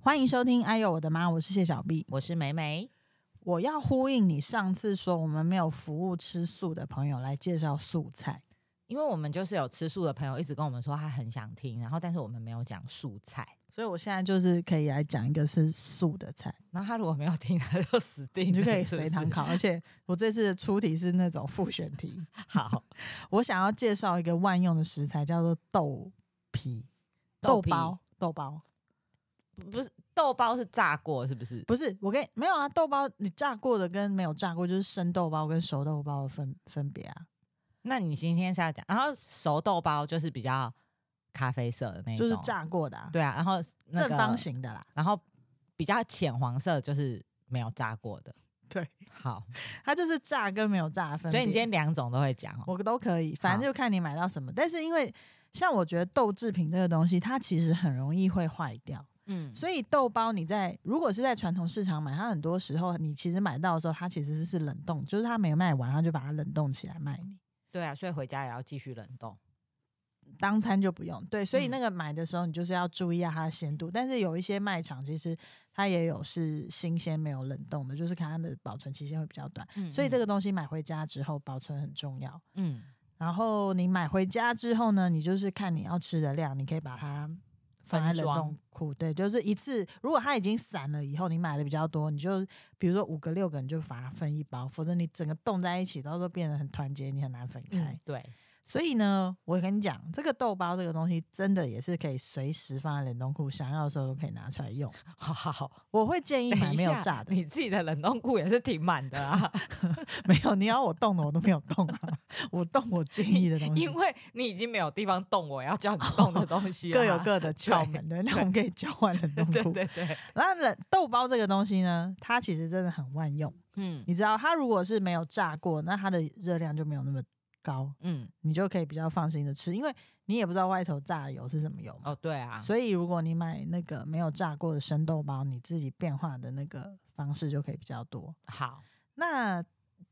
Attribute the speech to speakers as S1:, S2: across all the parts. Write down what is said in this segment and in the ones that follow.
S1: 欢迎收听《哎呦我的妈》，我是谢小 B。
S2: 我是梅梅。
S1: 我要呼应你上次说我们没有服务吃素的朋友来介绍素菜，
S2: 因为我们就是有吃素的朋友一直跟我们说他很想听，然后但是我们没有讲素菜，
S1: 所以我现在就是可以来讲一个是素的菜，
S2: 然后他如果没有听，他就死定
S1: 你
S2: 了，
S1: 就可以
S2: 是不
S1: 随
S2: 是
S1: 堂。考。而且我这次的出题是那种复选题，
S2: 好，
S1: 我想要介绍一个万用的食材，叫做豆皮、
S2: 皮
S1: 包、豆包。
S2: 不是豆包是炸过是不是？
S1: 不是，我跟你没有啊，豆包你炸过的跟没有炸过就是生豆包跟熟豆包的分分别啊，
S2: 那你今天是要讲，然后熟豆包就是比较咖啡色的那种，
S1: 就是炸过的、啊，
S2: 对啊，然后、那个
S1: 正方，形的啦。
S2: 然后比较浅黄色就是没有炸过的。
S1: 对，
S2: 好，
S1: 它就是炸跟没有炸的分别。
S2: 所以你今天两种都会讲哦。
S1: 我都可以，反正就看你买到什么。但是因为像我觉得豆制品这个东西，它其实很容易会坏掉，
S2: 嗯，
S1: 所以豆包你在如果是在传统市场买，它很多时候你其实买到的时候，它其实是冷冻，就是它没有卖完，它就把它冷冻起来卖你。
S2: 对啊，所以回家也要继续冷冻。
S1: 当餐就不用。对，所以
S2: 嗯
S1: 那个买的时候你就是要注意一下它的鲜度。但是有一些卖场其实它也有是新鲜没有冷冻的，就是看它的保存期限会比较短。
S2: 嗯
S1: 所以这
S2: 个，
S1: 个东西买回家之后保存很重要。
S2: 嗯，
S1: 然后你买回家之后呢，你就是看你要吃的量，你可以把它。放在
S2: 分
S1: 冷
S2: 装
S1: 冻库，对，就是一次。如果它已经散了以后，你买的比较多，你就比如说五个六个，你就把它分一包，否则你整个冻在一起，到时候变得很团结，你很难分开。
S2: 嗯对，
S1: 所以呢，我跟你讲，这个豆包这个东西真的也是可以随时放在冷冻库，想要的时候都可以拿出来用。
S2: 好好好，
S1: 我会建议买
S2: 等一
S1: 没有
S2: 下
S1: 炸的，
S2: 你自己的冷冻库也是挺满的啊，
S1: 没有你要我动的我都没有动啊， 我动 我建议的东西
S2: 因。为你已经没有地方动，我要叫你动的东西、啊，
S1: 各有各的窍门，对，那我们可以交换冷冻
S2: 对
S1: 库。
S2: 对对，
S1: 然后冷豆包这个东西呢，它其实真的很万用。
S2: 嗯
S1: 你知道，它如果是没有炸过，那它的热量就没有那么高，
S2: 嗯，
S1: 你就可以比较放心的吃，因为你也不知道外头炸的油是什么油嘛。
S2: 哦对啊，
S1: 所以如果你买那个没有炸过的生豆包，你自己变化的那个方式就可以比较多。
S2: 好
S1: 那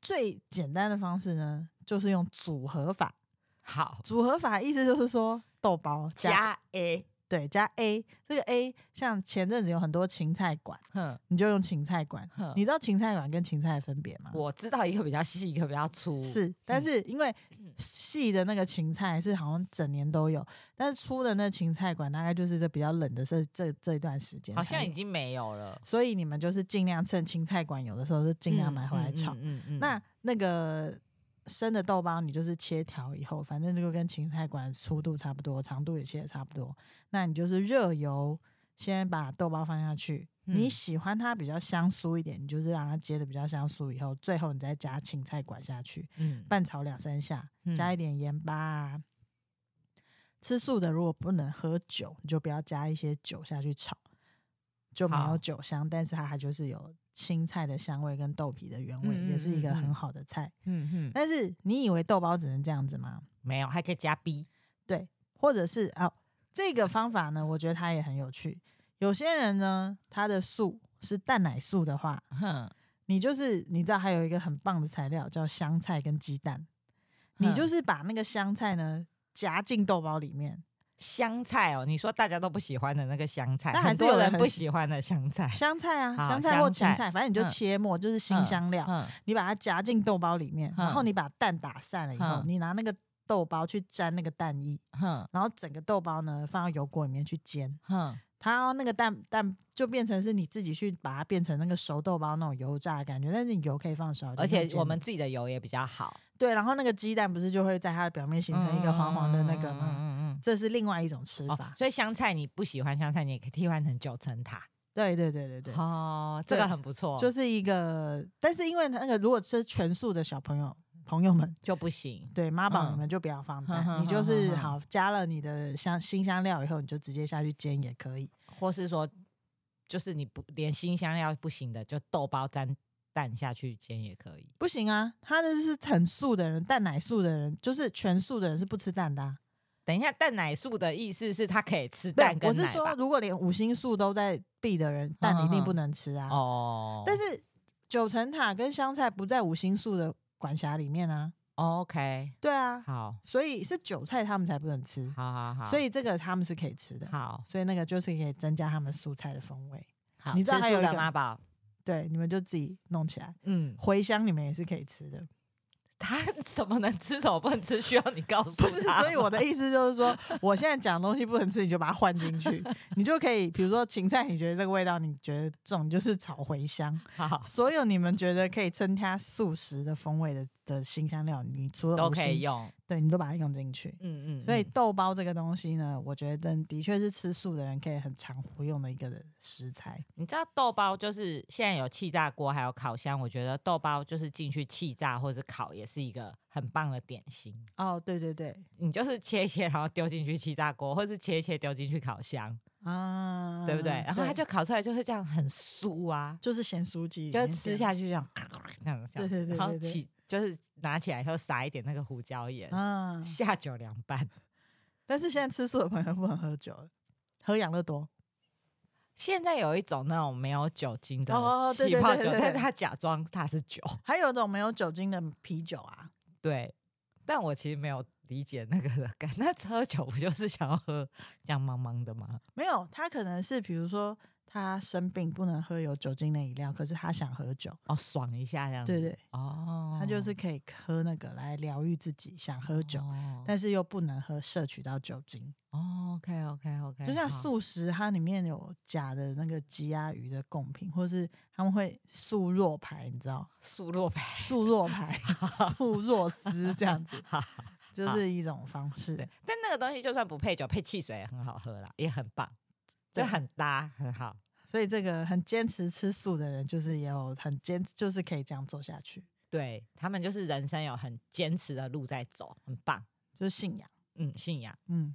S1: 最简单的方式呢，就是用组合法。
S2: 好
S1: 组合法意思就是说豆包加
S2: 加 A，
S1: 对加 A，这个 A 像前阵子有很多芹菜馆，
S2: 哼
S1: 你就用芹菜馆。
S2: 哼，
S1: 你知道芹菜馆跟芹菜的分别吗？
S2: 嗯我嗯知道一个比较细，一个比较粗，
S1: 是，但是因为细的那个芹菜是好像整年都有，但是粗的那芹菜馆大概就是这比较冷的这这这一段时间才有，
S2: 好像已经没有了，嗯
S1: 所以你们就是尽量趁青菜馆有的时候就尽量买回来炒。
S2: 嗯嗯嗯嗯
S1: 那那个生的豆包，你就是切条以后，反正就跟青菜馆粗度差不多，长度也切的差不多。那你就是热油，先把豆包放下去。
S2: 嗯
S1: 你喜欢它比较香酥一点，你就是让它接的比较香酥，以后最后你再加青菜馆下去，
S2: 嗯
S1: 拌炒两三下，
S2: 嗯
S1: 加一点盐巴、啊。吃素的如果不能喝酒，你就不要加一些酒下去炒，就没有
S2: 好
S1: 酒香，但是它还就是有青菜的香味跟豆皮的原味，
S2: 嗯
S1: 也是一个
S2: 嗯嗯
S1: 很
S2: 嗯
S1: 好的菜。
S2: 嗯嗯，
S1: 但是你以为豆包只能这样子吗？
S2: 没有，还可以加 B，
S1: 对，或者是哦，这个方法呢，我觉得它也很有趣。有些人呢，他的素是蛋奶素的话，
S2: 哼，
S1: 你就是你知道还有一个很棒的材料叫香菜跟鸡蛋，你
S2: 哼
S1: 就是把那个香菜呢夹进豆包里 面，
S2: 香菜哦，你说大家都不喜欢的那个香菜，
S1: 但还
S2: 很
S1: 是
S2: 多
S1: 有人
S2: 人
S1: 很
S2: 不
S1: 喜
S2: 喜欢的香菜，
S1: 香菜啊，
S2: 好
S1: 香菜或
S2: 香
S1: 芹
S2: 菜
S1: 菜，反正你就
S2: 嗯
S1: 切末，就是新
S2: 嗯
S1: 香料，
S2: 嗯
S1: 你把它夹进豆包里面，然后
S2: 嗯
S1: 你把蛋打散了以后，
S2: 嗯
S1: 你拿那个豆包去沾那个蛋液，
S2: 哼
S1: 然后整个豆包呢放到油锅里面去煎，
S2: 哼，
S1: 它那个蛋蛋就变成是你自己去把它变成那个熟豆包那种油炸的感觉，但是你油可以放少一点，
S2: 而且
S1: 像
S2: 我
S1: 煎
S2: 们自己的油也比较好，
S1: 对，然后那个鸡蛋不是就会在它的表面形成一个黄黄的那个吗？
S2: 嗯嗯
S1: 这是另外一种吃
S2: 嗯嗯嗯。
S1: 法
S2: 哦，。所以香菜你不喜欢香菜，你也可以替换成九层塔。
S1: 对对对对对，
S2: 哦，这个
S1: 对
S2: 很不错，
S1: 就是是一个，但是因为那个如果吃全素的小朋友朋友们，
S2: 就不行。
S1: 对妈宝
S2: 嗯
S1: 你们就不要放蛋，
S2: 哼哼
S1: 你就是
S2: 哼哼
S1: 好加了你的香新香料以后，你就直接下去煎也可以。
S2: 或是说，就是你不连新香料不行的，就豆包沾蛋下去煎也可以。
S1: 不行啊，他那是很素的人，蛋奶素的人，就是全素的人是不吃蛋的、啊。
S2: 等一下，蛋奶素的意思是它可以吃
S1: 对
S2: 蛋跟
S1: 我是
S2: 奶
S1: 说，
S2: 吧
S1: 如果连五星素都在避的人，蛋
S2: 哼
S1: 一定
S2: 哼
S1: 不能吃啊。
S2: 哦，
S1: 但是九层塔跟香菜不在五星素的管辖里面啊，
S2: OK，
S1: 对啊，
S2: 好，
S1: 所以是韭菜他们才不能吃，
S2: 好好好，
S1: 所以这个他们是可以吃的。
S2: 好
S1: 所以那个就是可以增加他们蔬菜的风味。
S2: 好，
S1: 你知道
S2: 吃
S1: 还
S2: 素
S1: 有一
S2: 的
S1: 个
S2: 妈宝，
S1: 对，你们就自己弄起来。
S2: 嗯，
S1: 茴香你们也是可以吃 的，
S2: 他怎么能吃，怎么不能吃？需要你告诉
S1: 不是？
S2: 他
S1: 所以我
S2: 吗
S1: 的意思就是说，
S2: 啊
S1: 我现在讲的东西不能吃，你就把它换进去，你就可以，比如说芹菜，你觉得这个味道你觉得重，你就是炒茴香。
S2: 好
S1: 所有你们觉得可以增加素食的风味的的新香料，你除了
S2: 都
S1: 五
S2: 可
S1: 辛
S2: 以，用，
S1: 对你都把它用进去。
S2: 嗯嗯，
S1: 所以
S2: 嗯
S1: 豆包这个东西呢，我觉得的确是吃素的人可以很常活用的一个食材。
S2: 你知道豆包就是现在有气炸锅，还有烤箱，我觉得豆包就是进去气炸或者烤也是一个很棒的点心。
S1: 哦，对对对，
S2: 你就是切一切，然后丢进去气炸锅，或是切一切丢进去烤箱，
S1: 啊，
S2: 对不对？然后它就烤出来就是这样很酥啊，
S1: 就是咸酥鸡，
S2: 就是吃下去这样咔咔咔这样这
S1: 对
S2: 样，
S1: 对对
S2: 然后
S1: 对对
S2: 起就是拿起来以后撒一点那个胡椒盐，
S1: 啊。
S2: 下酒凉拌。
S1: 但是现在吃素的朋友不能喝酒了，喝养乐多。
S2: 现在有一种那种没有酒精的
S1: 哦对
S2: 气
S1: 对
S2: 泡
S1: 对
S2: 酒，
S1: 对对
S2: 但是它假装它是酒，
S1: 还有一种没有酒精的啤酒啊，
S2: 对。但我其实没有理解那个的感， 那喝酒不就是想要喝这样茫茫的吗？
S1: 没有，他可能是比如说他生病不能喝有酒精的饮料，可是他想喝酒，
S2: 哦，爽一下这样子。
S1: 对对，
S2: 哦，
S1: 他就是可以喝那个来疗愈自己，想喝酒，
S2: 哦
S1: 但是又不能喝摄取到酒精。
S2: 哦，OK OK OK，
S1: 就像素食，它里面有假的那个鸡鸭鱼的贡品，或是他们会素肉排，你知道，
S2: 素落牌，
S1: 素肉排、 素肉丝这样子，就
S2: 好
S1: 是一种方式。
S2: 对，但那个东西就算不配酒，配汽水也很好喝啦，也很棒，
S1: 对
S2: 就很搭，很好。
S1: 所以这个很坚持吃素的人，就是也有很坚，就是可以这样做下去，
S2: 对他们就是人生有很坚持的路在走，很棒。
S1: 就是信仰。
S2: 嗯，信仰
S1: 嗯，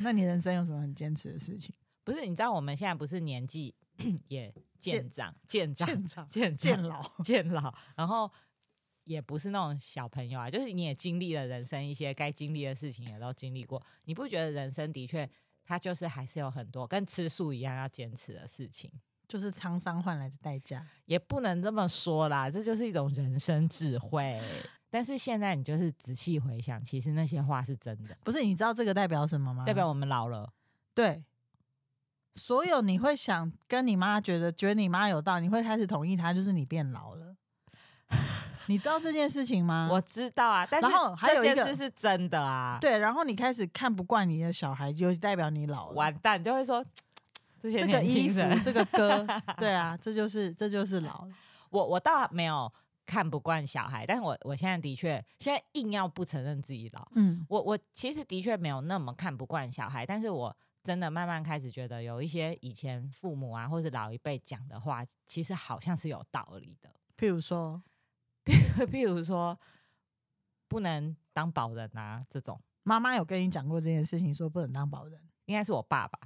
S1: 那你人生有什么很坚持的事情？
S2: 不是你知道我们现在不是年纪 也
S1: 渐
S2: 渐长、渐长、
S1: 健长、
S2: 渐
S1: 健
S2: 长
S1: 老，
S2: 渐老，然后也不是那种小朋友啊，就是你也经历了人生一些该经历的事情，也都经历过。你不觉得人生的确，它就是还是有很多跟吃素一样要坚持的事情？
S1: 就是沧桑换来的代价。
S2: 也不能这么说啦，这就是一种人生智慧。但是现在你就是仔细回想，其实那些话是真的，
S1: 不是，你知道这个代表什么吗？
S2: 代表我们老了。
S1: 对。所有你会想跟你妈觉得觉得你妈有道理，你会开始同意她，就是你变老了。你知道这件事情吗？
S2: 我知道啊，但是
S1: 然后还有一个
S2: 这件事是真的啊。，
S1: 对，然后你开始看不惯你的小孩，就代表你老了。
S2: 完蛋你就会说嘖嘖嘖这些
S1: 这个
S2: 年
S1: 衣
S2: 轻
S1: 服
S2: 人，，
S1: 这个 歌，对啊，这就是这就是老了。
S2: 我我倒没有看不惯小孩，但是我我现在的确现在硬要不承认自己老，
S1: 嗯，
S2: 我我其实的确没有那么看不惯小孩，但是我真的慢慢开始觉得有一些以前父母啊或是老一辈讲的话，其实好像是有道理的。
S1: 譬如说，
S2: 譬如说，不能当保人啊，这种
S1: 妈妈有跟你讲过这件事情，说不能当保人。
S2: 应该是我爸爸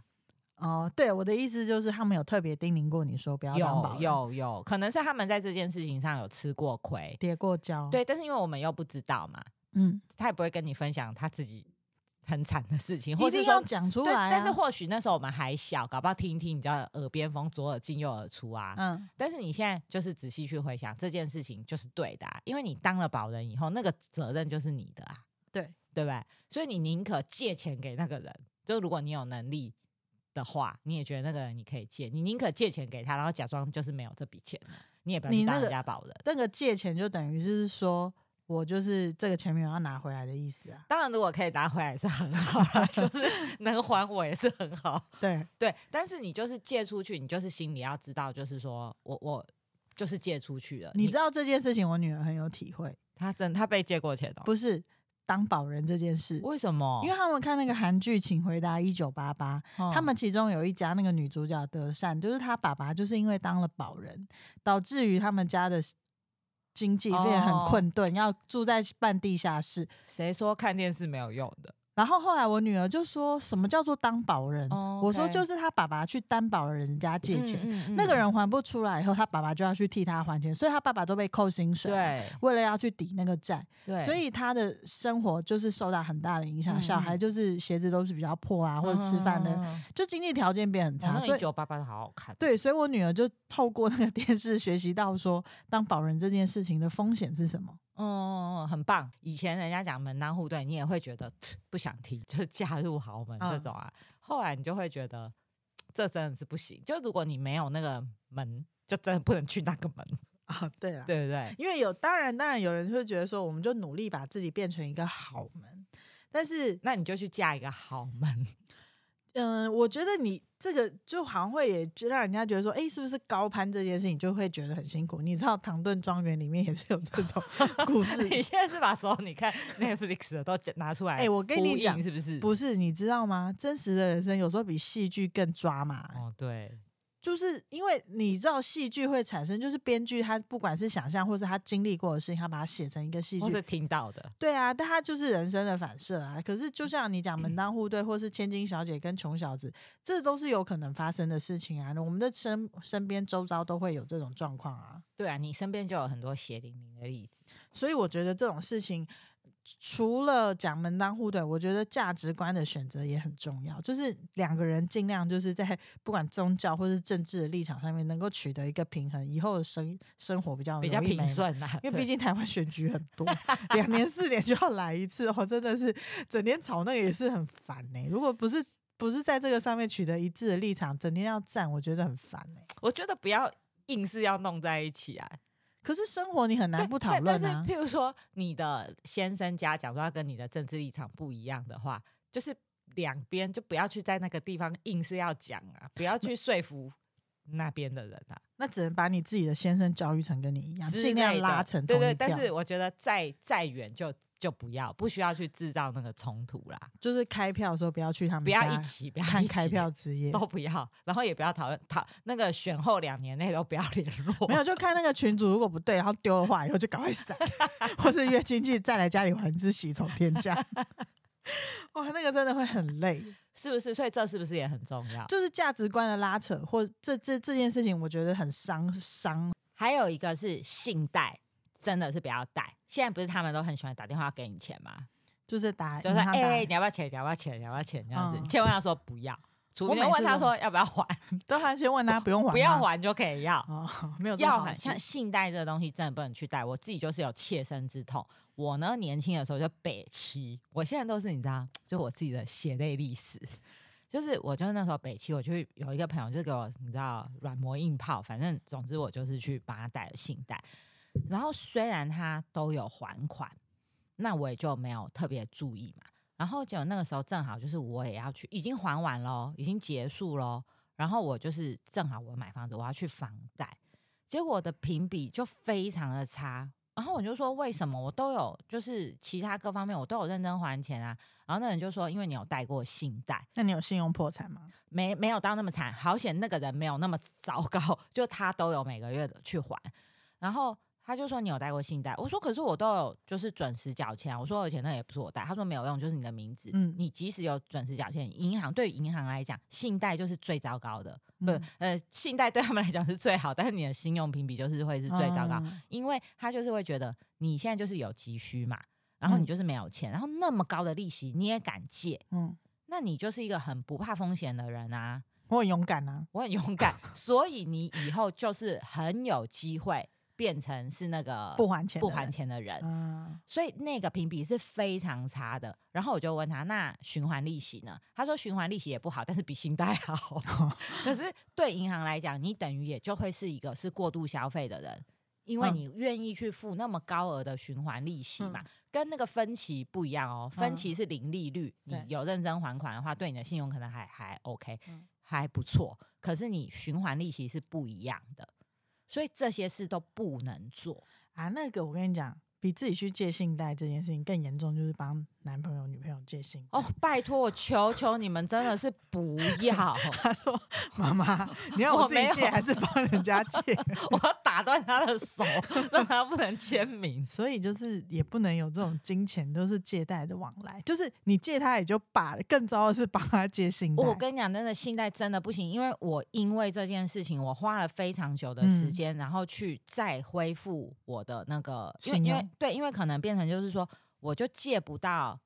S1: 哦，对，我的意思就是他们有特别叮咛过你说不要当保
S2: 有
S1: 人，
S2: 有有，可能是他们在这件事情上有吃过亏，
S1: 跌过跤。，
S2: 对，但是因为我们又不知道嘛，
S1: 嗯，
S2: 他也不会跟你分享他自己很惨的事情，或
S1: 一
S2: 是
S1: 定
S2: 说
S1: 要讲出
S2: 对，
S1: 来、啊。
S2: 但是或许那时候我们还小，搞不好听一听，你知道耳边风，左耳进右耳出啊。
S1: 嗯，
S2: 但是你现在就是仔细去回想这件事情，就是对的、啊，因为你当了保人以后，那个责任就是你的啊。
S1: 对，
S2: 对不对？所以你宁可借钱给那个人，就如果你有能力的话，你也觉得那个人你可以借，你宁可借钱给他，然后假装就是没有这笔钱了，你也不要
S1: 你
S2: 去
S1: 那
S2: 当
S1: 个
S2: 人家保人。啊
S1: 那个借钱就等于就是说我就是这个钱没有要拿回来的意思啊。
S2: 当然，如果可以拿回来也是很好啦， 就是能还我也是很好。
S1: 对，
S2: 对，但是你就是借出去，你就是心里要知道，就是说我我就是借出去了。
S1: 你知道这件事情，我女儿很有体会，
S2: 他真他被借过钱的、哦，
S1: 不是当保人这件事。
S2: 为什么？
S1: 因为他们看那个韩剧《请回答一九八八》，
S2: 嗯
S1: 他们其中有一家那个女主角德善，就是她爸爸就是因为当了保人，导致于他们家的经济变得很
S2: 哦
S1: 困顿，要住在半地下室。
S2: 谁说看电视没有用的？
S1: 然后后来我女儿就说什么叫做当保人？
S2: 哦
S1: 我说
S2: OK
S1: 就是她爸爸去担保人家借钱，
S2: 嗯嗯嗯
S1: 那个人还不出来以后，他爸爸就要去替他还钱，所以他爸爸都被扣薪水。。啊
S2: 对
S1: 为了要去抵那个债，
S2: 对，
S1: 所以他的生活就是受到很大的影响。
S2: 嗯
S1: 小孩就是鞋子都是比较破啊，或者吃饭的
S2: 嗯嗯嗯嗯
S1: 就经济条件变很差，
S2: 哇
S1: 所
S2: 那
S1: 以
S2: 一九八八的好好看。哦
S1: 对，所以我女儿就透过那个电视学习到说，当保人这件事情的风险是什么。
S2: 嗯，很棒。以前人家讲门当户对，你也会觉得嗤不想听，就是嫁入豪门这
S1: 嗯
S2: 种啊。后来你就会觉得这真的是不行。就如果你没有那个门，就真的不能去那个门，
S1: 啊，对了，
S2: 呃对不对？
S1: 因为有当然当然有人会觉得说，我们就努力把自己变成一个好门，但是
S2: 那你就去嫁一个豪门。
S1: 嗯、呃我觉得你这个就好像会也就让人家觉得说，哎，是不是高攀这件事情就会觉得很辛苦？你知道唐顿庄园里面也是有这种故事，
S2: 你现在是把所有你看 Netflix 的都拿出来，
S1: 哎我跟你讲
S2: 是不是？
S1: 不是你知道吗？真实的人生有时候比戏剧更抓马、
S2: 哦，对，
S1: 就是因为你知道戏剧会产生，就是编剧他不管是想象或是他经历过的事情，他把它写成一个戏
S2: 或
S1: 剧
S2: 是，听到的，
S1: 对啊，但他就是人生的反射啊。可是
S2: 嗯
S1: 就像你讲门当户对，或是千金小姐跟穷小子，这都是有可能发生的事情啊。我们的身身边周遭都会有这种状况啊，
S2: 对啊，你身边就有很多血淋淋的例子。
S1: 所以我觉得这种事情。除了讲门当户对，我觉得价值观的选择也很重要。就是两个人尽量就是在不管宗教或是政治的立场上面能够取得一个平衡，以后的生生活比较
S2: 比
S1: 容
S2: 较
S1: 易
S2: 平
S1: 美满
S2: 顺啊，
S1: 因为
S2: 对
S1: 毕竟台湾选举很多， 两年四年就要来一次哦，真的是整天吵那个也是很烦呢、如果不是不是在这个上面取得一致的立场，整天要站，我觉得很烦呢、
S2: 我觉得不要硬是要弄在一起啊，
S1: 可是生活你很难
S2: 对
S1: 不讨
S2: 但
S1: 论
S2: 但
S1: 啊
S2: 是，，譬如说你的先生家讲说他跟你的政治立场不一样的话，就是两边就不要去在那个地方硬是要讲啊，不要去说服那边的人啊，
S1: 那只能把你自己的先生教育成跟你一样，
S2: 之
S1: 尽量
S2: 类的
S1: 拉成
S2: 对
S1: 同
S2: 对。
S1: 一
S2: 但
S1: 票
S2: 是我觉得再再远就就不要，不需要去制造那个冲突啦，
S1: 就是开票的时候不要去他们
S2: 不要一
S1: 家
S2: 起，不要
S1: 嗯看
S2: 一
S1: 开
S2: 起
S1: 票之夜，
S2: 都不要，然后也不要讨论讨那个选后两年内都不要联络，
S1: 没有，就看那个群主如果不对，然后丢的话，以后就赶快闪， 或是约亲戚再来家里玩一只喜从天降。 哇，那个真的会很累，
S2: 是不是？所以这是不是也很重要？
S1: 就是价值观的拉扯，或这这这件事情，我觉得很伤伤。
S2: 还有一个是信贷，真的是不要贷。现在不是他们都很喜欢打电话给你钱吗？
S1: 就是打
S2: 就
S1: 银
S2: 是
S1: 行打，
S2: 哎、你要不要钱？你要不要钱？你要不要钱？这样子，
S1: 嗯
S2: 你千万要说不要，除
S1: 我
S2: 非
S1: 每次
S2: 问他
S1: 都
S2: 说要不要还，
S1: 都还先问他 不用还吗，啊
S2: 不要还就可以要。
S1: 哦， 没有这
S2: 要
S1: 种好
S2: 很
S1: 事
S2: 像信贷这个东西，真的不能去贷。我自己就是有切身之痛。我呢，年轻的时候就北七，我现在都是你知道，就我自己的血泪历史。就是我就是那时候北七，我就有一个朋友就给我你知道软磨硬泡，反正总之我就是去帮他贷了信贷。然后虽然他都有还款，那我也就没有特别注意嘛。然后结果那个时候正好就是我也要去，已经还完喽，已经结束喽。然后我就是正好我买房子，我要去房贷，结果我的评比就非常的差。然后我就说为什么我都有，就是其他各方面我都有认真还钱啊。然后那人就说，因为你有贷过信贷，
S1: 那你有信用破产吗？
S2: 没没有到那么惨，好险那个人没有那么糟糕，就他都有每个月的去还。然后他就说你有贷过信贷，我说可是我都有就是准时缴钱啊、我说而且那也不是我贷，他说没有用，就是你的名字，
S1: 嗯
S2: 你即使有准时缴钱，银行对于银行来讲，信贷就是最糟糕的，不、
S1: 嗯
S2: 呃信贷对他们来讲是最好，但是你的信用评比就是会是最糟糕，
S1: 嗯
S2: 因为他就是会觉得你现在就是有急需嘛，然后你
S1: 嗯
S2: 就是没有钱，然后那么高的利息你也敢借，
S1: 嗯，
S2: 那你就是一个很不怕风险的人啊。
S1: 我很勇敢啊，
S2: 我很 勇敢，所以你以后就是很有机会变成是那个
S1: 不还钱，
S2: 呃不还，钱的人。
S1: 嗯，
S2: 所以那个评比是非常差的。然后我就问他，那循环利息呢？他说循环利息也不好，但是比信贷好。
S1: 哦
S2: 可是对银行来讲，你等于也就会是一个是过度消费的人，因为
S1: 嗯
S2: 你愿意去付那么高额的循环利息嘛，跟那个分期不一样哦。分
S1: 嗯
S2: 期是零利率，你
S1: 对
S2: 有认真还款的话，对你的信用可能还还 OK，、
S1: 嗯
S2: 还不错。可是你循环利息是不一样的，所以这些事都不能做。
S1: 啊，那个我跟你讲，比自己去借信贷这件事情更严重，就是帮男朋友、女朋友借信贷
S2: 哦，拜托，我求求你们，真的是不要！
S1: 他说：“妈妈，你要
S2: 我
S1: 我自己
S2: 没有
S1: 借还是帮人家借？”
S2: 我要打断他的手，让他不能签名。
S1: 所以就是也不能有这种金钱都是借贷的往来，就是你借他也就罢了，更糟的是帮他借信贷。
S2: 我跟你讲，真的信贷真的不行，因为我因为这件事情，我花了非常久的
S1: 嗯
S2: 时间，然后去再恢复我的那个，因为
S1: 信
S2: 因
S1: 用
S2: 为对，因为可能变成就是说，我就借不到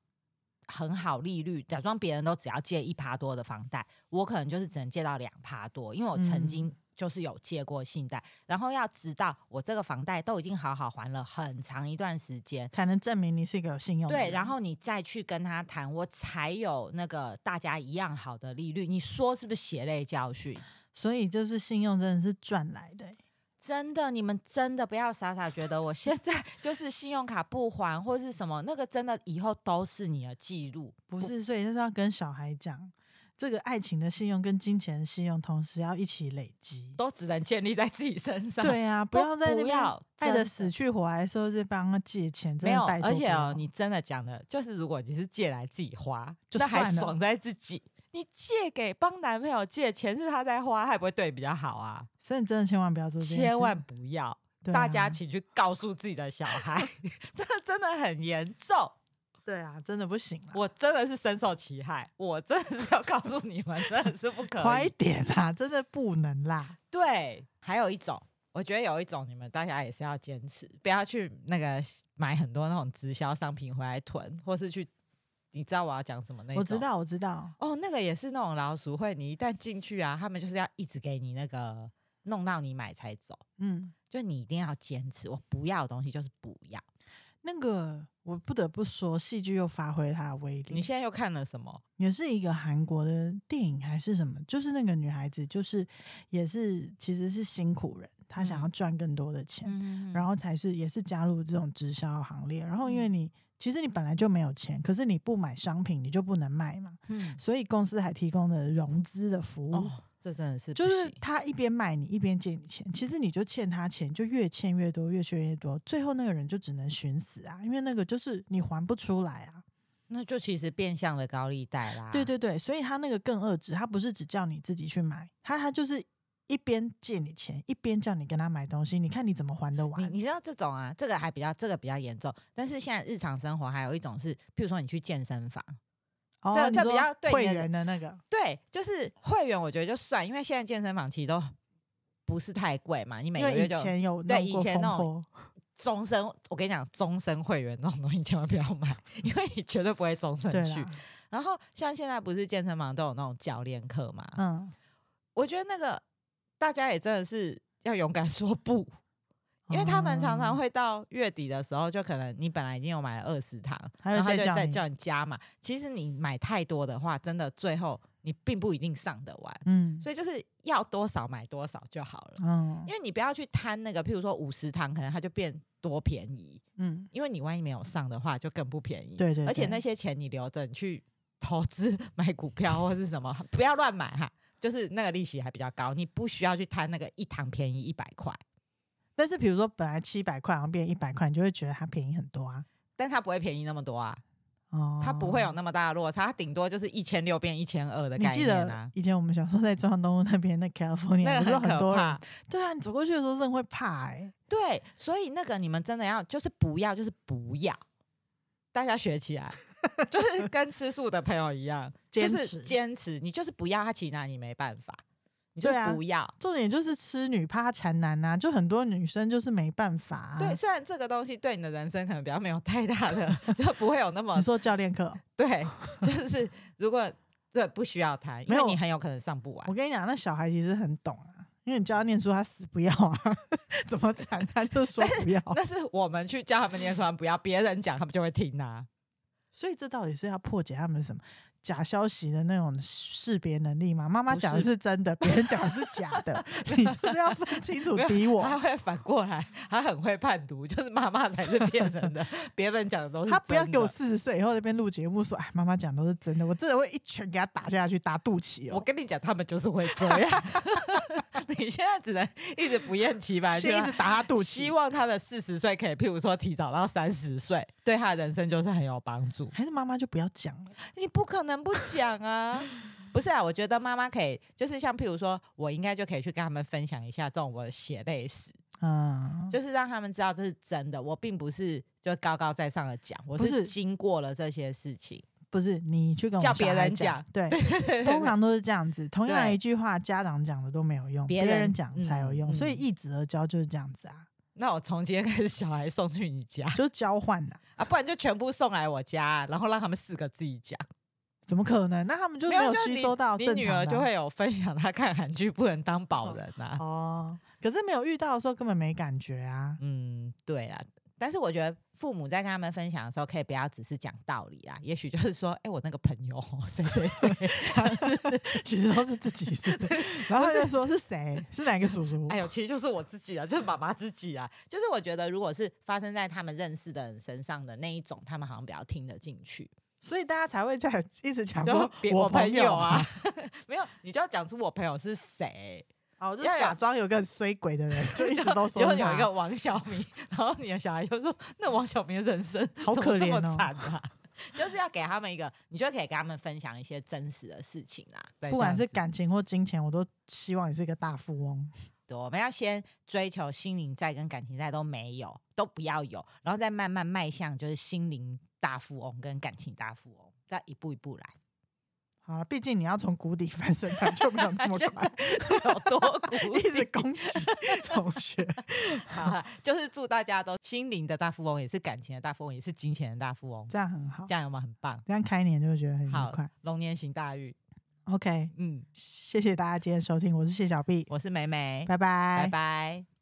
S2: 很好利率，假装别人都只要借一趴多的房贷，我可能就是只能借到两趴多，因为我曾
S1: 嗯
S2: 经。就是有借过信贷，然后要知道我这个房贷都已经好好还了很长一段时间，
S1: 才能证明你是一个有信用的人。
S2: 对，然后你再去跟他谈，我才有那个大家一样好的利率。你说是不是血泪教训？
S1: 所以就是信用真的是赚来的欸、
S2: 真的，你们真的不要傻傻觉得我 现在就是信用卡不还或是什么，那个真的以后都是你的记录，
S1: 不是？所以就是要跟小孩讲，这个爱情的信用跟金钱的信用同时要一起累积。
S2: 都只能建立在自己身上。
S1: 对啊，不
S2: 都
S1: 要在那
S2: 不
S1: 边
S2: 要
S1: 爱
S2: 真
S1: 的
S2: 的
S1: 死去活来的时候就帮他借钱，真
S2: 没
S1: 的
S2: 有
S1: 拜，托
S2: 而且
S1: 不
S2: 哦
S1: 要，
S2: 你真的讲的，就是如果你是借来自己花，
S1: 就
S2: 那还
S1: 算了
S2: 爽在自己。你借给帮男朋友借钱是他在花，还不会对你比较好啊？
S1: 所以你真的千万不要做这件事，
S2: 千万不要，
S1: 对
S2: 大家
S1: 啊
S2: 请去告诉自己的小孩， 这个真的很严重，
S1: 对啊，真的不行了，
S2: 我真的是深受其害，我真的是要告诉你们，真的是不可
S1: 快一
S2: 以。
S1: 点啦，真的不能啦。
S2: 对，还有一种，我觉得有一种你们大家也是要坚持，不要去那个买很多那种直销商品回来囤，或是去，你知道我要讲什么那种？
S1: 我知。道，我知道，
S2: 哦，那个也是那种老鼠会，你一旦进去啊，他们就是要一直给你那个弄到你买才走，
S1: 嗯，
S2: 就你一定要坚持，我不要的东西就是不要。
S1: 那个我不得不说，戏剧又发挥它的威力。
S2: 你现在又看了什么？
S1: 也是一个韩国的电影还是什么，就是那个女孩子，就是也是其实是辛苦人，她想要赚更多的钱，
S2: 嗯
S1: 然
S2: 后
S1: 后才是也是加入这种直销行列。然后因为
S2: 嗯
S1: 你、其实你本来就没有钱，可是你不买商品你就不能卖嘛，
S2: 嗯，
S1: 所以公司还提供了融资的服务。
S2: 哦，这真的是
S1: 就
S2: 不
S1: 是
S2: 行
S1: 他一边卖你一边借你钱，其实你就欠他钱，就越欠越多，越欠越多，最后那个人就只能寻死啊，因为那个就是你还不出来啊。
S2: 那就其实变相的高利贷啦。
S1: 对对对，所以他那个更恶质，他不是只叫你自己去买，他他就是一边借你钱，一边叫你跟他买东西，你看你怎么还得
S2: 你
S1: 完？
S2: 你知道这种啊，这个还比较这个比较严重，但是现在日常生活还有一种是，譬如说你去健身房，
S1: 哦，
S2: 这
S1: 你
S2: 这
S1: 说
S2: 比较对你
S1: 会
S2: 的
S1: 员的那个，
S2: 对，就是会员，我觉得就算，因为现在健身房其实都不是太贵嘛，你每
S1: 因
S2: 个
S1: 为
S2: 月
S1: 以
S2: 就
S1: 前有
S2: 对
S1: 弄
S2: 以
S1: 过
S2: 前
S1: 风
S2: 那种
S1: 波，
S2: 终身，我跟你讲，终身会员这种东西千万不要买，因为你绝对不会终身
S1: 对
S2: 去
S1: 啦。，
S2: 然后像现在不是健身房都有那种教练课嘛，
S1: 嗯，
S2: 我觉得那个大家也真的是要勇敢说不，因为他们常常
S1: 哦
S2: 会到月底的时候，就可能你本来已经有买了二十堂，
S1: 还会
S2: 然后
S1: 再
S2: 他就
S1: 叫
S2: 再
S1: 你
S2: 叫你加嘛。其实你买太多的话，真的最后你并不一定上得完，
S1: 嗯
S2: 所以就是要多少买多少就好了。
S1: 嗯
S2: 因为你不要去贪那个，譬如说五十堂，可能它就变多便宜，
S1: 嗯，
S2: 因为你万一没有上的话，就更不便宜。
S1: 对对
S2: 而且
S1: 对
S2: 那些钱你留着，你去投资买股票或是什么，不要乱买哈。就是那个利息还比较高，你不需要去贪那个一堂便宜一百块，
S1: 但是比如说本来七百块，然后变一百块，你就会觉得它便宜很多啊。
S2: 但它不会便宜那么多啊，
S1: 哦，
S2: 它不会有那么大的落差，它顶多就是一千六变一千二的
S1: 你
S2: 概
S1: 记
S2: 念
S1: 得
S2: 啊。
S1: 以前我们小时候在中央东路那 边，那 California
S2: 那
S1: 不是
S2: 个
S1: 有
S2: 很
S1: 很
S2: 可
S1: 多人
S2: 怕，
S1: 对啊，你走过去的时候真的会怕哎、
S2: 对，所以那个你们真的要就是不要，就是不要，大家学起来，就是 跟吃素的朋友一样，就
S1: 坚
S2: 是
S1: 持
S2: 坚持，你就是不要，他其实拿你没办法，你就
S1: 对啊
S2: 不要，
S1: 重点就是痴女怕缠男呐、就很多女生就是没办法、啊。
S2: 对，，虽然这个东西对你的人生可能比较没有太大的， 就不会有那么
S1: 你说教练课，
S2: 对，就是如果对不需要谈，因
S1: 没
S2: 为
S1: 有
S2: 你很有可能上不完
S1: 我。跟你讲，那小孩其实很懂啊，因为你教他念书，他死不要啊， 怎么缠他就说不要。
S2: 但是我们去教他们念书，不要别人讲，他们就会听啊。
S1: 所以这到底是要破解他们什么假消息的那种识别能力吗？妈妈
S2: 不
S1: 讲的
S2: 是
S1: 是真的，别人讲的是假的， 你就是要分清楚
S2: 没有
S1: 敌我。
S2: 他会反过来，他很会判读， 就是妈妈才是骗人的，别人讲的哦都是
S1: 他不要
S2: 真
S1: 给我
S2: 的。
S1: 四十岁以后在那边录节目说，哎，妈妈讲都是真的，我真的会一拳给他打下去，打肚脐
S2: 我
S1: 哦，
S2: 跟你讲，他们就是会这样。你现在只能一直不厌其烦，
S1: 先一直打他肚
S2: 我
S1: 脐。
S2: 希望他的四十岁可以，譬如说提早到三十岁，对他的人生就是很有帮助。
S1: 还是妈妈就不要讲了，
S2: 你不可能不讲啊！ 不是啊，我觉得妈妈可以，就是像譬如说，我应该就可以去跟他们分享一下这种我的血泪史，
S1: 嗯，
S2: 就是让他们知道这是真的，我并不是就高高在上的讲，我
S1: 不
S2: 是
S1: 是
S2: 经过了这些事情。
S1: 不是你去跟我
S2: 叫
S1: 们小
S2: 别
S1: 孩
S2: 人
S1: 讲
S2: 讲，
S1: 对， 通常都是这样子。同样
S2: 对
S1: 一句话，家长讲的都没有用，
S2: 别
S1: 别
S2: 人
S1: 人讲才有用，
S2: 嗯
S1: 所以
S2: 嗯
S1: 一子而教就是这样子啊，
S2: 那我从今天开始，小孩送去你家
S1: 就是交换的。
S2: 啊啊，不然就全部送来我家，然后让他们四个自己讲。
S1: 怎么可能？那他们就没
S2: 有
S1: 有
S2: 就是
S1: 吸
S2: 你
S1: 收到
S2: 你
S1: 正
S2: 女
S1: 常的
S2: 儿
S1: 啊，
S2: 就会有分享，她看韩剧不能当保人啊。
S1: 哦。可是没有遇到的时候根本没感觉啊。
S2: 嗯，对啦。但是我觉得父母在跟他们分享的时候，可以不要只是讲道理啦，也许就是说，哎、我那个朋友谁谁谁，
S1: 其实都是自己的， 然后他就说是谁，是哪个叔叔？
S2: 哎呦，其实就是我自己啊，就是妈妈自己啊。就是我觉得，如果是发生在他们认识的人身上的那一种，他们好像比较听得进去。
S1: 所以大家才会在一直讲
S2: 就
S1: 说
S2: 别
S1: 我
S2: 我朋友
S1: 啊
S2: 啊， 没有，你就要讲出我朋友是谁。
S1: 哦，就
S2: 要有
S1: 假装有个很衰鬼的人， 就一直都说
S2: 就
S1: 他
S2: 有一个王小明，然后你的小孩就说：“那王小明的人生
S1: 好
S2: 怎
S1: 可
S2: 么这
S1: 怜
S2: 么
S1: 哦
S2: 惨啊！” 就是要给他们一个，你就可以给他们分享一些真实的事情啦。对
S1: 不管
S2: 这
S1: 是
S2: 样子
S1: 感情或金钱，我都希望你是一个大富翁。
S2: 对，我们要先追求心灵债跟感情债都没有，都不要有，然后再慢慢迈向就是心灵大富翁跟感情大富翁，再一步一步来，
S1: 好了，毕竟你要从谷底翻身，可能就没有那么
S2: 现
S1: 快，
S2: 是有多 苦
S1: 一直
S2: 力
S1: 攻击同学。
S2: 好啊，就是祝大家都心灵的大富翁，也是感情的大富翁，也是金钱的大富翁，
S1: 这样很好，
S2: 这样有没有很棒？
S1: 这样开年就会觉得很
S2: 好
S1: 愉快。，
S2: 龙年行大运，
S1: OK，
S2: 嗯，
S1: 谢谢大家今天收听，我是谢小碧，
S2: 我是美美，
S1: 拜拜
S2: 拜拜